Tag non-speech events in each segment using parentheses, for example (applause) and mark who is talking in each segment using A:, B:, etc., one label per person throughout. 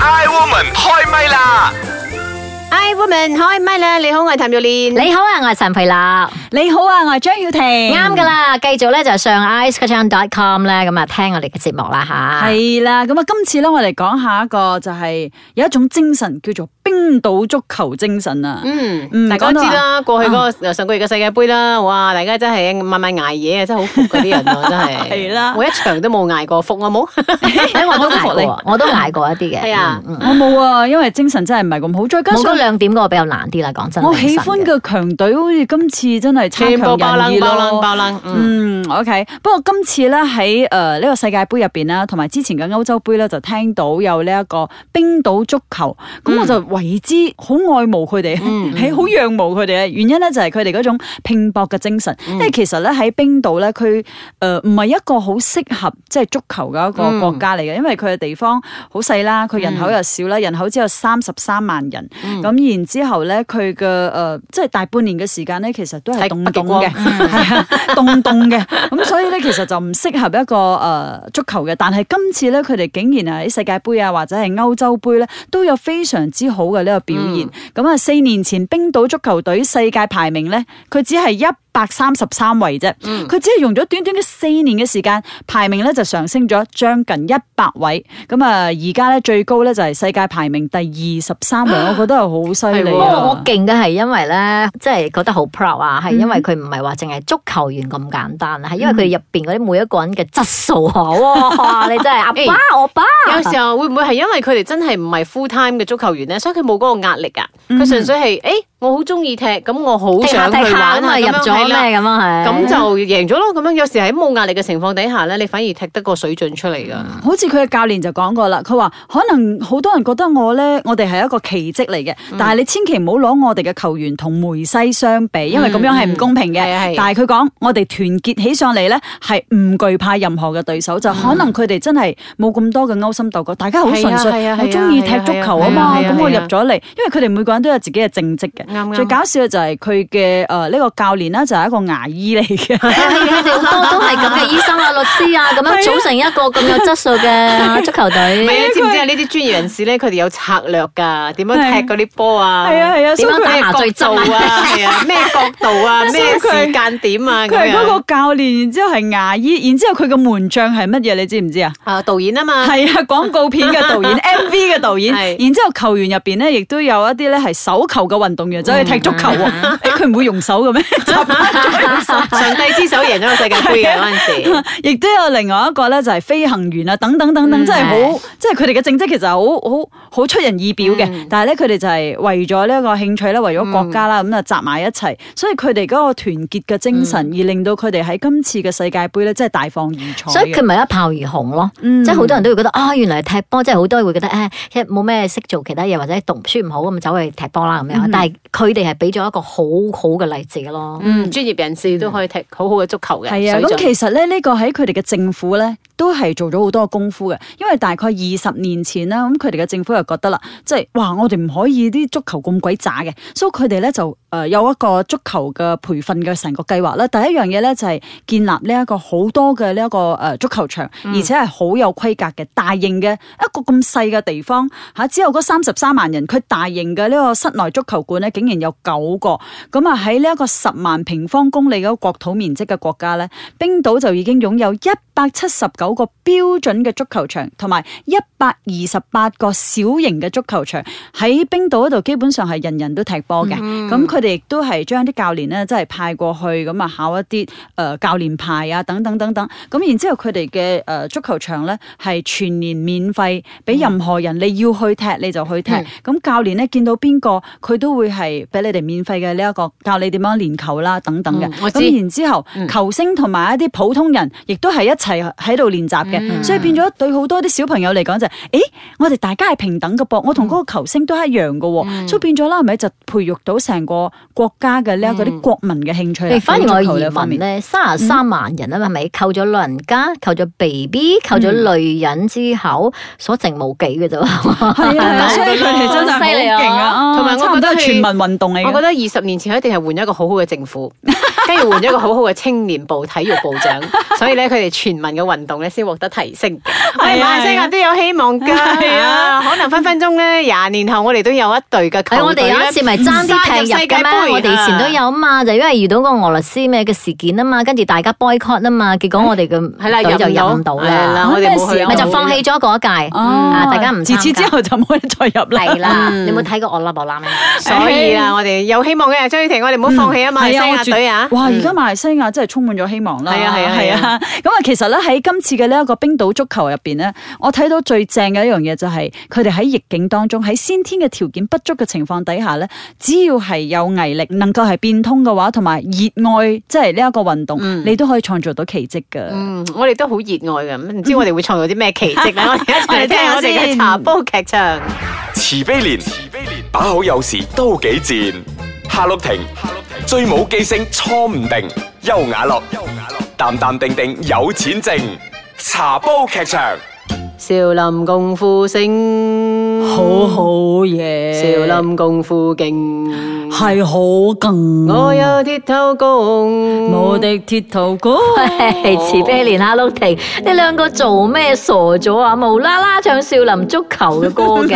A: I Woman 開唛啦！
B: I woman 開唛啦！你好，我係譚玉蓮。
C: 你好啊，我係陳培立，啱
D: 你好啊，我係張曉婷。啱
C: 噶。啦，繼續咧就上 icekitchen.com 咧，咁啊聽我哋嘅節目啦吓。 (laughs)
D: 係啦，咁啊，今次咧我哋講下一個就係有一種精神叫做冰島足球精神啊。
B: 嗯，
D: 嗯
B: 大家都知啦，過去嗰個上個月嘅世界盃啦，哇！大家真係晚晚捱夜啊，真係好服嗰啲人啊，真係。
D: 係啦
B: 我一場都冇捱過服，我冇。
C: 誒哎我都捱
D: 服你
C: 過，我都捱過一啲嘅。
B: 係啊
C: 嗯，嗯
D: 我冇啊，因為精神真係唔係咁好，再加
C: 冇嗰
D: 上
C: 兩點嗰個比較難啲啦，講真。
D: 我喜歡嘅強隊好似今次真係差
B: 全部爆
D: 強人
B: 冷
D: 意
B: 爆冷
D: 咯。
B: 爆冷，嗯，
D: 嗯，OK。不過今次咧喺誒呢個世界盃入邊啦，同埋之前嘅歐洲盃咧，就聽到有呢一個冰島足球，咁我就為之好愛慕佢哋，係好仰慕佢哋嘅原因咧就係佢哋嗰種拼搏嘅精神。因為其實咧喺冰島咧，佢誒唔係一個好適合即係足球嘅一個國家嚟嘅，因為佢嘅地方好細啦，佢人口又少啦，人口只有三十三萬人。
B: 嗯
D: 咁然之後咧，佢嘅誒即係大半年嘅時間咧，其實都係
B: 睇
D: 凍
B: 北極
D: 凍
B: 光
D: 嘅， (laughs) 係啊，凍凍嘅。咁所以咧，其實就唔適合一個誒、呃足球嘅。但係今次咧，佢哋竟然係喺世界盃啊，或者係歐洲盃咧，都有非常之好嘅呢個表
B: 嗯
D: 現。咁啊、四年前冰島足球隊世界排名咧，佢只係一百三十三位啫。佢、
B: 嗯 Ừ.
D: 只係用咗短短嘅四年嘅時間，排名咧就上升咗將近一百位。咁啊，而家咧最高咧就係世界排名第二十三位，我覺得係好犀利
B: 係喎嗯
C: 不
D: 啊。
C: 過我勁嘅係因為咧，即係覺得好 proud 啊，係因為佢唔係話淨係足球員咁簡單啊，係因為佢入邊嗰啲每一個人嘅質素啊，哇！你真係阿
B: 誒
C: 爸我爸，
B: 有時候會唔會係因為佢哋真係唔係 full time 嘅足球員咧，所以佢冇嗰個壓力啊？
D: Ừ.
B: 佢純
D: 嗯
B: 粹係誒，我好中意踢，咁我好
C: 踢下
B: 想
C: 踢
B: 去
C: 下
B: 玩
C: 咁
B: 啊，
C: 啊入
B: 咁樣
C: 咗
B: 係啦
C: 咩咁啊係。
B: 咁就贏咗咯。咁樣有時喺冇壓力嘅情況底下咧，你反而踢得個水準出嚟㗎。
D: 好似佢嘅教練就講過啦，佢話可能好多人覺得我咧，我哋係一個奇蹟嚟嘅，
B: 嗯
D: 但係你千祈唔好攞我哋嘅球員同梅西相比，因為咁樣
B: Ừ.
D: 係唔公平嘅。
B: 嗯係啊係
D: 但係佢講我哋團結起上嚟咧，係唔懼怕任何嘅對手，就可能佢哋真係冇咁多嘅勾心鬥角，大家好純粹，
B: 嗯係啊係啊係啊
D: 我中意踢足球啊
B: 係啊
D: 嘛，
B: 係啊係啊
D: 咁我入咗嚟，因為佢哋每個人都有自己嘅正職
B: 啱啱
D: 嘅。最搞笑嘅就係佢嘅誒呢個教練啦，就係一個牙醫嚟
C: 佢
D: 嘅。 (laughs)
C: 哋好多都係咁嘅醫生啊、律師啊，咁樣組成一個咁有質素嘅足球
B: 唔係
C: 隊。
B: 啊，知唔知啊？呢啲專業人士咧，佢哋有策略㗎，點樣踢嗰啲波啊？
D: 係啊係啊所以
B: 點
D: 佢
B: 樣打麻醉針啊？係啊， (laughs) 咩角度啊？
D: 所以
B: 咩
D: 佢
B: 時間點啊？
D: 佢係
B: 咁
D: 嗰
B: 樣
D: 個教練，然之後係牙醫，然之後佢嘅門將係乜嘢？你知唔知啊？
B: 啊導演啊嘛，
D: 係啊，廣告片嘅
C: (laughs)
D: 導演、MV 嘅導演，
B: 係
D: 然之後球員入邊咧，亦都有一啲咧係手球嘅運動員走去踢足球喎。
C: 嗯
D: (laughs) 誒佢唔會用手嘅
C: (laughs)
D: 咩？ (laughs) 啊
B: 上帝之手贏咗個世界盃嘅嗰陣
D: (laughs)
B: 時，
D: 亦都有另外一個咧，就係飛行員啊，等等等
C: 嗯
D: 等，真係好，即係佢哋嘅政績其實好好好出人意表
C: 嗯
D: 嘅。但係咧，佢哋就係為咗呢一個興趣咧，為咗國家啦，咁啊集埋一齊，
C: 嗯
D: 所以佢哋嗰個團結嘅精神，而令到佢哋喺今次嘅世界盃咧，真係大放異彩嘅。
C: 所以佢咪一炮而紅咯，
D: 啊嗯
C: 即係好多人都會覺得啊、原來踢波，即係好多人會覺得誒，其實冇咩識做其他嘢，或者讀書唔好咁走去踢波啦咁樣。但係佢哋係俾咗一個好好嘅例子咯。
B: 嗯，專業人士都可以踢好好嘅足球嘅
D: 係啊，
B: 水
D: 咁
B: 準。
D: 其實咧，呢、個喺佢哋嘅政府咧，都係做咗好多功夫嘅。因為大概二十年前啦，咁佢哋嘅政府就覺得啦，即係哇，我哋唔可以啲足球咁鬼渣嘅，所以佢哋咧就誒、呃有一個足球嘅培訓嘅成個計劃啦。第一樣嘢咧就係、建立呢一個好多嘅呢一個誒足球場，
B: 嗯
D: 而且係好有規格嘅大型嘅一個咁細嘅地方嚇，只有嗰三十三萬人，佢大型嘅呢個室內足球館咧，竟然有九個。咁啊喺呢一個十萬平方公里嗰個國土面積嘅國家咧，冰島就已經擁有一百七十九個標準嘅足球場，同埋一百二十八個小型嘅足球場。喺冰島嗰度基本上係人人都踢波嘅，
B: 嗯
D: 咁佢哋亦都係將啲教練咧，即係派過去咁啊考一啲誒、呃教練牌啊等等等等。咁然之後佢哋嘅誒足球場咧係全年免費，俾任何人你要去踢你就去踢。
B: 嗯
D: 咁、教練咧見到邊個佢都會係俾你哋免費嘅呢一個教你點樣練球啦等等嘅。
B: 嗯我知
D: 咁、然之後、球星同埋一啲普通人亦都係一齊喺度練習嘅，
B: 嗯
D: 所以變咗對好多啲小朋友嚟講就係、誒。我哋大家係平等嘅噃，我同
B: 嗯
D: 嗰個球星都係一樣嘅喎，所以變咗啦，係咪就培育到成個國家嘅呢一個啲國民嘅興趣啦
C: 嗯你反而我
D: 喺啊足球呢
C: 移
D: 方
C: 民
D: 面
C: 咧，三十三萬人啊，係咪扣咗老人家、扣咗 B B、扣咗女人之後，所剩無幾嘅啫喎。
D: 係
B: (laughs)
D: 啊，係啊所以佢哋真係好
C: 犀利啊
D: 勁啊！
B: 同埋我
D: 差
B: 覺
D: 唔多
B: 得
D: 係
B: 佢
D: 全民運動嚟
B: 我覺
D: 嘅，
B: 得二十年前佢一定係換一個好好嘅政府， (laughs) 跟住換咗一個好好嘅青年部體育部長，所以咧佢哋全民嘅運動咧先獲得提升嘅。我哋
D: 係啊
B: 馬來西亞都有希望㗎，
D: 係啊
B: 可能分分鐘咧廿年後我哋都有一隊嘅
C: 係啊
B: 球
C: 我哋
B: 隊
C: 有一次咪爭啲踢入嘅咩？我哋以前都有啊嘛，就因為遇到個俄羅斯咩嘅事件啊嘛，跟住大家 boycott 啊嘛，結果我哋嘅
B: 係啦，
C: 隊就
B: 入
C: 入唔
B: 唔
C: 到
B: 到
C: 啦，
B: 啦，我哋
D: 咩
B: 冇
D: 事
B: 去
D: 啊
B: 到，
C: 咪就放棄咗嗰一屆。啊大家唔參
D: 哦自
C: 加
D: 此之後就冇得再入啦。
C: (laughs) 係啦，
B: 嗯
C: 你有冇睇過我啦我啦咩？
B: (laughs)
C: (laughs)
B: 所以啦，我哋有希望嘅，張雨婷，我哋唔好放棄啊嘛，馬來西
D: 嗯係我
B: 亞
D: 絕
B: 隊啊！
D: 哇！而家馬來西亞真係充滿咗希望啦。
B: 係啊係啊
D: 係
B: 係
D: 啊。咁啊，其實咧喺今次嘅呢一個冰島足球入邊咧，我睇到最正嘅一樣嘢就係佢哋喺逆境當中，喺先天嘅條件不足嘅情況底下咧，只要係有毅力，能夠係變通嘅話，同埋熱愛即係呢一個運動，你都可以創造到奇蹟㗎。
B: 嗯，我哋都好熱愛嘅，唔知我哋會創造啲咩奇蹟啊咧？我哋一齊嚟聽下我哋
D: 我哋聽下
B: 嘅
D: 先
B: 茶煲劇場。
A: 慈悲蓮，慈悲蓮，把口有時都幾賤。夏綠庭，夏綠庭，最冇記性錯唔定。優雅樂，優雅樂，淡淡定定有錢剩。茶煲劇場，
B: 少林功夫聲，
D: 嘢
B: 少林功夫勁，
D: 係好勁啊
B: 我有鐵頭功，
D: 敵鐵頭哥。
C: 喂，慈悲蓮哈碌婷，你兩個做咩傻咗啊？無啦啦唱少林足球嘅歌
B: (laughs) 喂，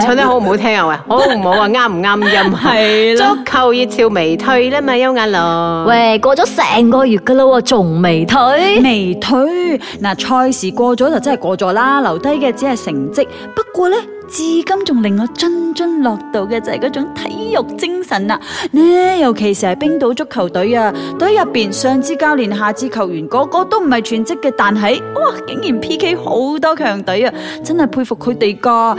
B: 唱
C: 嘅，
B: 得好唔好聽啊？喂，好唔好啊？啱唔啱音啊？
D: 係啦
B: 足球熱潮未退啦嘛，優眼樂。
C: 喂，過咗成個月噶啦喎，仲未退？
D: 未退嗱，賽事過咗就真係過咗啦，留低嘅只係成績。不過呢，至今仲令我津津樂道嘅就係嗰種體育精神啦。呢，尤其是係冰島足球隊啊，隊入邊上至教練、下至球員，個個都唔係全職嘅，但係哇，竟然 P.K. 好多強隊啊，真係佩服佢哋噶啊！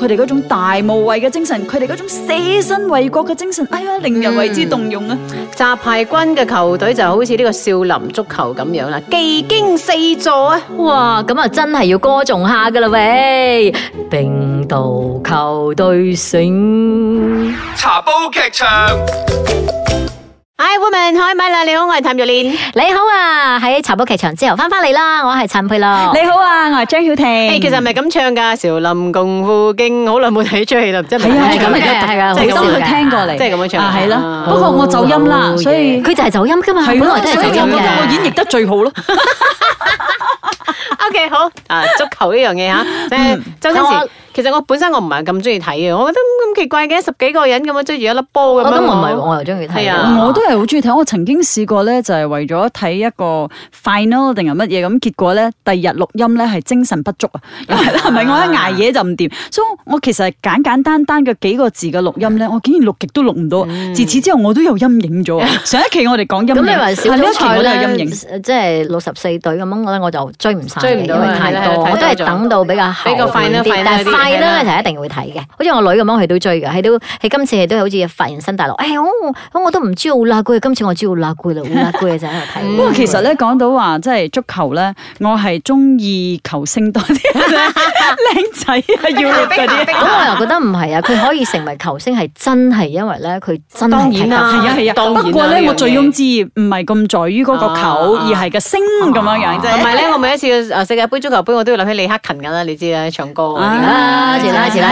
D: 佢哋嗰種大無畏嘅精神，佢哋嗰種捨身為國嘅精神，哎呀，令人為之動容啊！
B: 雜牌軍嘅球隊就好似呢個少林足球咁樣啦，技驚四座啊！
C: 哇，咁啊真係要歌頌下噶啦喂！冰島球隊醒，
A: 茶煲劇場。
B: Hi woman，開咪啦！你好，我係譚玉蓮。
C: 你好啊！喺茶煲劇場之後翻返嚟啦，我係陳佩樂。
D: 你好啊，我係張曉婷。
B: 誒、其實係咪咁唱㗎？少林功夫經，好耐冇睇出戲啦，真係
D: 係
B: 唔
D: 啊
B: 知
D: 係咁
B: 唱
D: 嘅
B: 咩
C: 係啊
B: 真係
C: 好
B: 咁
C: 心
B: 樣
C: 嘅
D: 佢聽過嚟，
B: 即係咁樣唱
D: 啊，係啦
B: 啊。
D: 不過我走音啦，所以
C: 哦佢就係走音噶嘛，
D: 係
C: 本
D: 咯
C: 來都係
D: 所以
C: 走
D: 我覺得
C: 音
D: 我
C: 嘅。
D: 演繹得最好咯。
B: O、k 好啊，足球呢樣嘢嚇，誒周星
C: 但
B: 馳
C: 我。
B: 其實我本身我唔係咁中意睇嘅，我覺得咁奇怪嘅，十幾個人咁樣追住一粒波咁
C: 哦我
B: 樣。
C: 都唔係，
B: (laughs)
C: 我又中意睇
B: 係
C: (laughs) 啊。
B: 啊
D: 我都係好中意睇，我曾經試過咧，就係為咗睇一個 final 定係乜嘢咁，結果咧第二日錄音咧係精神不足
C: (laughs)
D: 啊，因為咧係咪我一捱夜就唔掂，所以我其實係簡簡單單嘅幾個字嘅錄音咧，我竟然錄極都錄唔到，自此之後我都有陰
C: (laughs)
D: 影咗。上一期我哋講陰影，
C: 嗯咁你話小
D: 啊呢
C: 組
D: 一期我
C: 賽
D: 都有陰
C: 咧，
D: 影。
C: 即係六十四隊咁樣咧，我就追唔晒嘅，
B: 追唔
C: 因
B: 到
C: 為
B: 嘅
C: 太
B: 係啦係
C: 多，
B: 啦
C: 我都係
B: 睇多咗
C: 等到比較後
B: 比較快啦
C: 啲
B: 快啦
C: 但係
B: 啲
C: 快
B: 係啦
C: 咧就一定會睇嘅。好似我女咁樣，佢都追嘅，佢都佢今次佢都好似發現新大陸。哎呀，我我都唔知奧拉圭，今次我知奧拉圭啦，奧拉圭就喺度
B: 嗯
C: 睇。
D: 不過其實咧講到話即係足球咧，我係中意球星
B: (laughs)
D: 多啲，靚仔啊要力嗰
C: (laughs)
D: 啲。
C: 咁我又覺得唔係啊，佢可以成為球星係真係因為咧，佢真係
B: 當
C: 踢
B: 然
C: 得
B: 啦，
D: 係啊係
B: 當然啦
D: 啊，不過
B: 呢樣
D: 咧
B: 嘢
D: 我最庸之意唔係咁在於嗰個球，
B: 啊
D: 而係個星咁樣樣
B: 同
D: 啫。
B: 埋咧，我每一次誒世界盃足球盃，我都要諗起李克勤㗎啦，你知啦，唱歌嗰啲
C: 啦，
D: 啊
C: 遲啦，遲啦，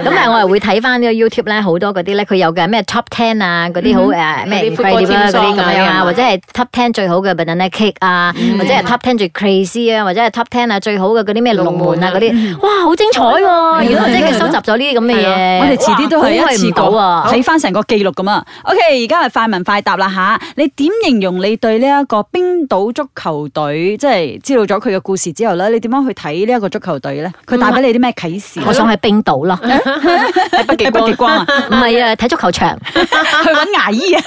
B: (laughs)
C: 咁
B: 啊
C: 但係我又會睇翻呢個 YouTube 咧，好多嗰啲咧，佢有嘅咩 Top Ten 啊，嗰啲好誒咩
B: 嗯嗰啲 football
C: incredible
B: team
C: 啦嗰啲
B: song 啊嗯
C: 咁樣
B: 係
C: 啊，
B: 嘛
C: 或者係 Top Ten 最好嘅 banana cake 啊，或者係 Top Ten 最 crazy 啊，或者係 Top Ten 啊最好嘅嗰啲咩龍門啊嗰
B: 嗯
C: 啲，哇，好精彩喎！原來即係佢收集咗呢啲咁嘅嘢，
D: 我哋遲啲都係一次
C: 哇估佢唔
D: 過
C: 到啊！
D: 睇翻成個記錄咁啊。OK，而家係快問快答啦吓，你點形容你對呢一個冰島足球隊，即係知道咗佢嘅故事之後咧，你點樣去睇呢一個足球隊咧？佢帶俾你啲咩啟示？
C: 我想去冰
B: (laughs)
C: 島咯，
B: 喺北極
D: 睇北極
B: 光，
D: 光啊，
C: 唔係啊，睇足球場。
D: 去揾牙醫啊！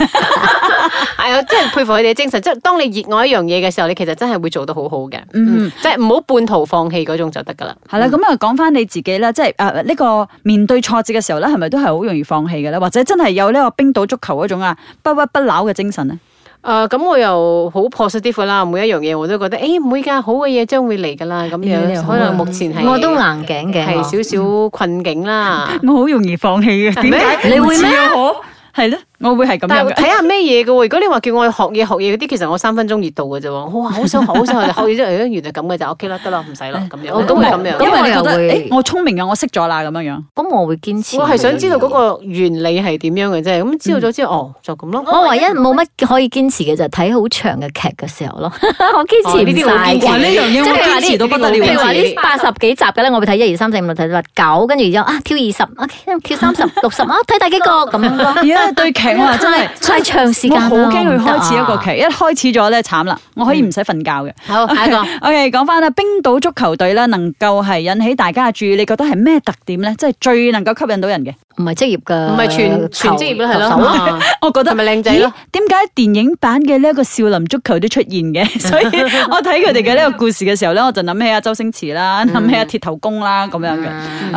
B: 係啊，真係佩服佢哋嘅精神。即係當你熱愛一樣嘢嘅時候，你其實真係會做得好好嘅。
D: 嗯，
B: 即係唔好半途放棄嗰種就得㗎啦。
D: 係
C: 嗯
D: 啦，咁啊講翻你自己啦，即係誒呢個面對挫折嘅時候咧，係咪都係好容易放棄嘅咧？或者真係有呢個冰島足球嗰種啊不屈不撓嘅精神咧？
B: 誒啊咁、我又好 positive 㗎啦，每一樣嘢我都覺得，誒、唔會㗎，好嘅嘢將會嚟㗎啦，咁
D: 咦你又
B: 樣
D: 好
B: 可
D: 啊
B: 能目前係
C: 我都硬頸嘅，
B: 係嗯
C: 我
B: 少少困境啦。 (laughs)
D: 我好容易放棄嘅，點解？
C: 你會咩
D: 唔似啊我係咯，我會係咁
B: 但
D: 樣
B: 係
D: 嘅。
B: 睇下咩嘢嘅喎，如果你話叫我去學嘢學嘢嗰啲，其實我三分鐘熱度嘅啫喎。哇，好想學，好想學，學 (laughs) 嘢啫，誒原來咁嘅就 OK 啦，得啦，唔使 (laughs) 啦，咁樣
C: 我
B: 我都會咁樣
C: 咁。
D: 因為
C: 我
D: 你覺
C: 又
D: 得
C: 會
D: 誒我聰明啊嘅，我識咗啦咁樣樣。
C: 咁我會堅持。
B: 我係想知道嗰。個原理係點樣嘅啫，咁知道咗之後，哦，就咁咯。
C: 我唯一冇乜可以堅持嘅就係睇好長嘅劇嘅時候咯， (laughs) 我堅持
B: 哦
C: 唔
B: 呢啲好
C: 晒
B: 堅持
C: 嘅
B: 哇呢樣嘢
C: 即係話
D: 我堅持到不得了
C: 譬如 (laughs) 話
B: 堅持
C: 呢八十幾集嘅咧，我會睇一二三四五六睇到八九，跟住之後啊跳二十，OK 跳三十六十啊睇第幾
D: (laughs)
C: 個咁樣咯。
D: 而家對劇我話真係。
C: 太長時
D: 我
C: 間啦
D: 好驚佢開始一個
C: 唔得啊
D: 劇，一開始咗咧慘啦，我可以唔使瞓覺嘅。
B: (laughs) 好，下一個
D: (laughs) O.K. 講翻啦，冰島足球隊咧能夠係引起大家嘅注意，你覺得係咩特點咧？即係最能夠吸引到人嘅？
C: 唔係職業㗎，
B: 唔係全全職業啦，係
C: 球手
B: 咯， (laughs) 啊
D: 我覺得
B: 係咪靚仔咯
D: 咦？點解電影版嘅呢一個少林足球都出現嘅？ (laughs)
B: (laughs)
D: 所以我睇佢哋嘅呢個故事嘅時候咧，我就諗起阿周星馳啦，
B: 嗯
D: 諗起阿鐵頭功啦咁樣嘅。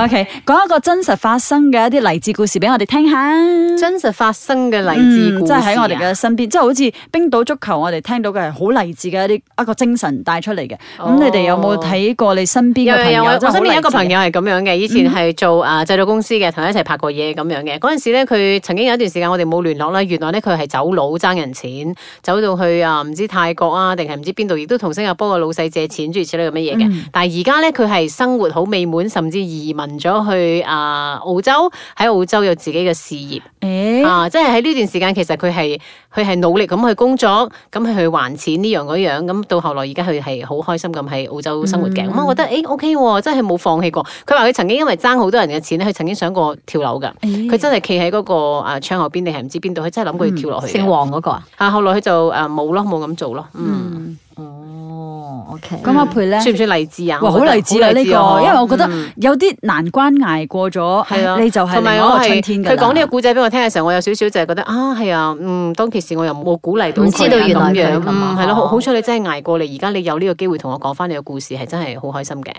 D: O.K. 講一個真實發生嘅一啲勵志故事俾我哋聽下。
B: 真實發生嘅勵志
D: 嗯
B: 故
D: 即
B: 事
D: 係喺我哋
B: 啊
D: 嘅身邊，即係好似冰島足球，我哋聽到嘅係好勵志嘅一啲一個精神帶出嚟嘅。
B: 哦
D: 咁你哋有冇睇過你身邊
B: 有嗯
D: 嘅
B: 有哦
D: 嗯朋
B: 有，
D: 友？
B: 我
D: 真
B: 我
D: 係好
B: 身邊有一個
D: 勵志嘅
B: 朋友係咁樣嘅，以前係做啊製造公司嘅，同佢一齊拍過嘢咁樣嘅。嗰陣時咧，佢曾經有一段時間我哋冇聯絡啦。原來咧佢係走佬爭人錢，走到去啊唔知泰國啊定係唔知邊度，亦都同新加坡嘅老細借錢，諸如此類咁嘅嘢嘅。但係而家咧佢係生活好美滿，甚至移民咗去啊澳洲，喺澳洲有自己嘅事業。
D: 誒
B: 啊，即係喺呢段時間，其實佢係佢係努力咁去工作，咁去去還錢呢樣嗰樣，咁到後來而家佢係好開心咁喺澳洲生活
D: 嗯
B: 嘅。咁、我覺得誒 O K 喎，真係冇放棄過。佢話佢曾經因為爭好多人嘅錢咧，佢曾經想過跳樓㗎。
D: 哎
B: 佢真係企喺嗰個啊窗口邊定係唔知邊度，佢真係諗過要跳落去
C: 姓
D: 嗯
B: 嘅。
C: 黃嗰個啊？
B: 啊，後來佢就誒冇咯，冇咁做咯。嗯，
C: 哦，OK。
D: 咁阿培咧，
B: 算唔算勵志啊？
D: 哇，好
B: 我覺得
D: 勵志啊呢個，因
B: 啊
D: 為我覺得
B: 嗯
D: 有啲難關捱過咗，
B: 係啊，
D: 你就係
B: 同埋
D: 另
B: 我
D: 外一個
B: 係
D: 春天㗎
B: 佢
D: 啦
B: 講呢個故仔俾我聽嘅時候，我有少少就係覺得啊，係啊，嗯，當其時我又冇鼓勵到佢啊
C: 唔知道原來
B: 咁
C: 佢
B: 樣，
C: 咁啊
B: 嗯，係咯，好
C: 哦
B: 好彩你真係捱過嚟，而家你有呢個機會同我講翻你嘅故事，係真係好開心嘅。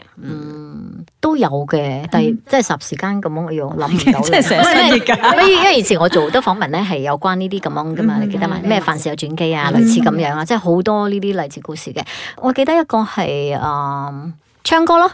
C: 都有
B: 嗯
C: 嘅，但係即係霎時間咁樣，我要
B: (laughs)
C: 諗唔到。
D: 真係成身熱㗎
C: 因為因為以前我做好多訪問咧，係有關呢啲咁樣噶嘛，
B: 嗯
C: 你記得嘛？咩凡事有轉機啊，類似咁樣啊，即係好多呢啲勵志故事嘅。我記得一個係誒唱歌咯，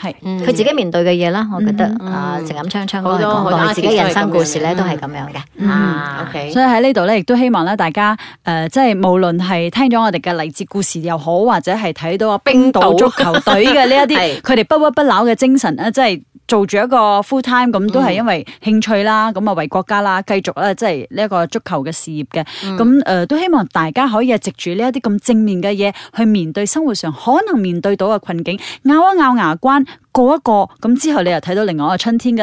D: 係
C: 嗯
B: 嗯
C: 佢自己面對嘅嘢啦，我覺得
D: 嗯
C: 啊，鄭錦昌唱歌
B: 好
C: 係
B: 多
C: 講
B: 好
C: 過
B: 多
C: 佢自己
B: artist
C: 人生故事咧，
B: 都
C: 都
B: 係
C: 係
B: 咁
C: 咁樣嘅。
B: 嗯
C: 啊，
B: ，OK，
D: 所以喺呢度咧，亦都希望咧，大家誒、呃即係無論係聽咗我哋嘅勵志故事又好，或者係睇到啊冰島
B: 冰島
D: 足球隊嘅呢一啲
B: 係，
D: 佢哋不屈不撓嘅精神咧，啊即係做住一個 full time 咁，都係因為興趣啦，咁啊為國家啦，繼續咧即係呢一個足球嘅事業嘅。咁誒、呃都希望大家可以係藉住呢一啲咁正面嘅嘢去面對生活上可能面對到嘅困境，咬一咬牙關，過一過，咁之後你又睇到另外一個春天嘅啦。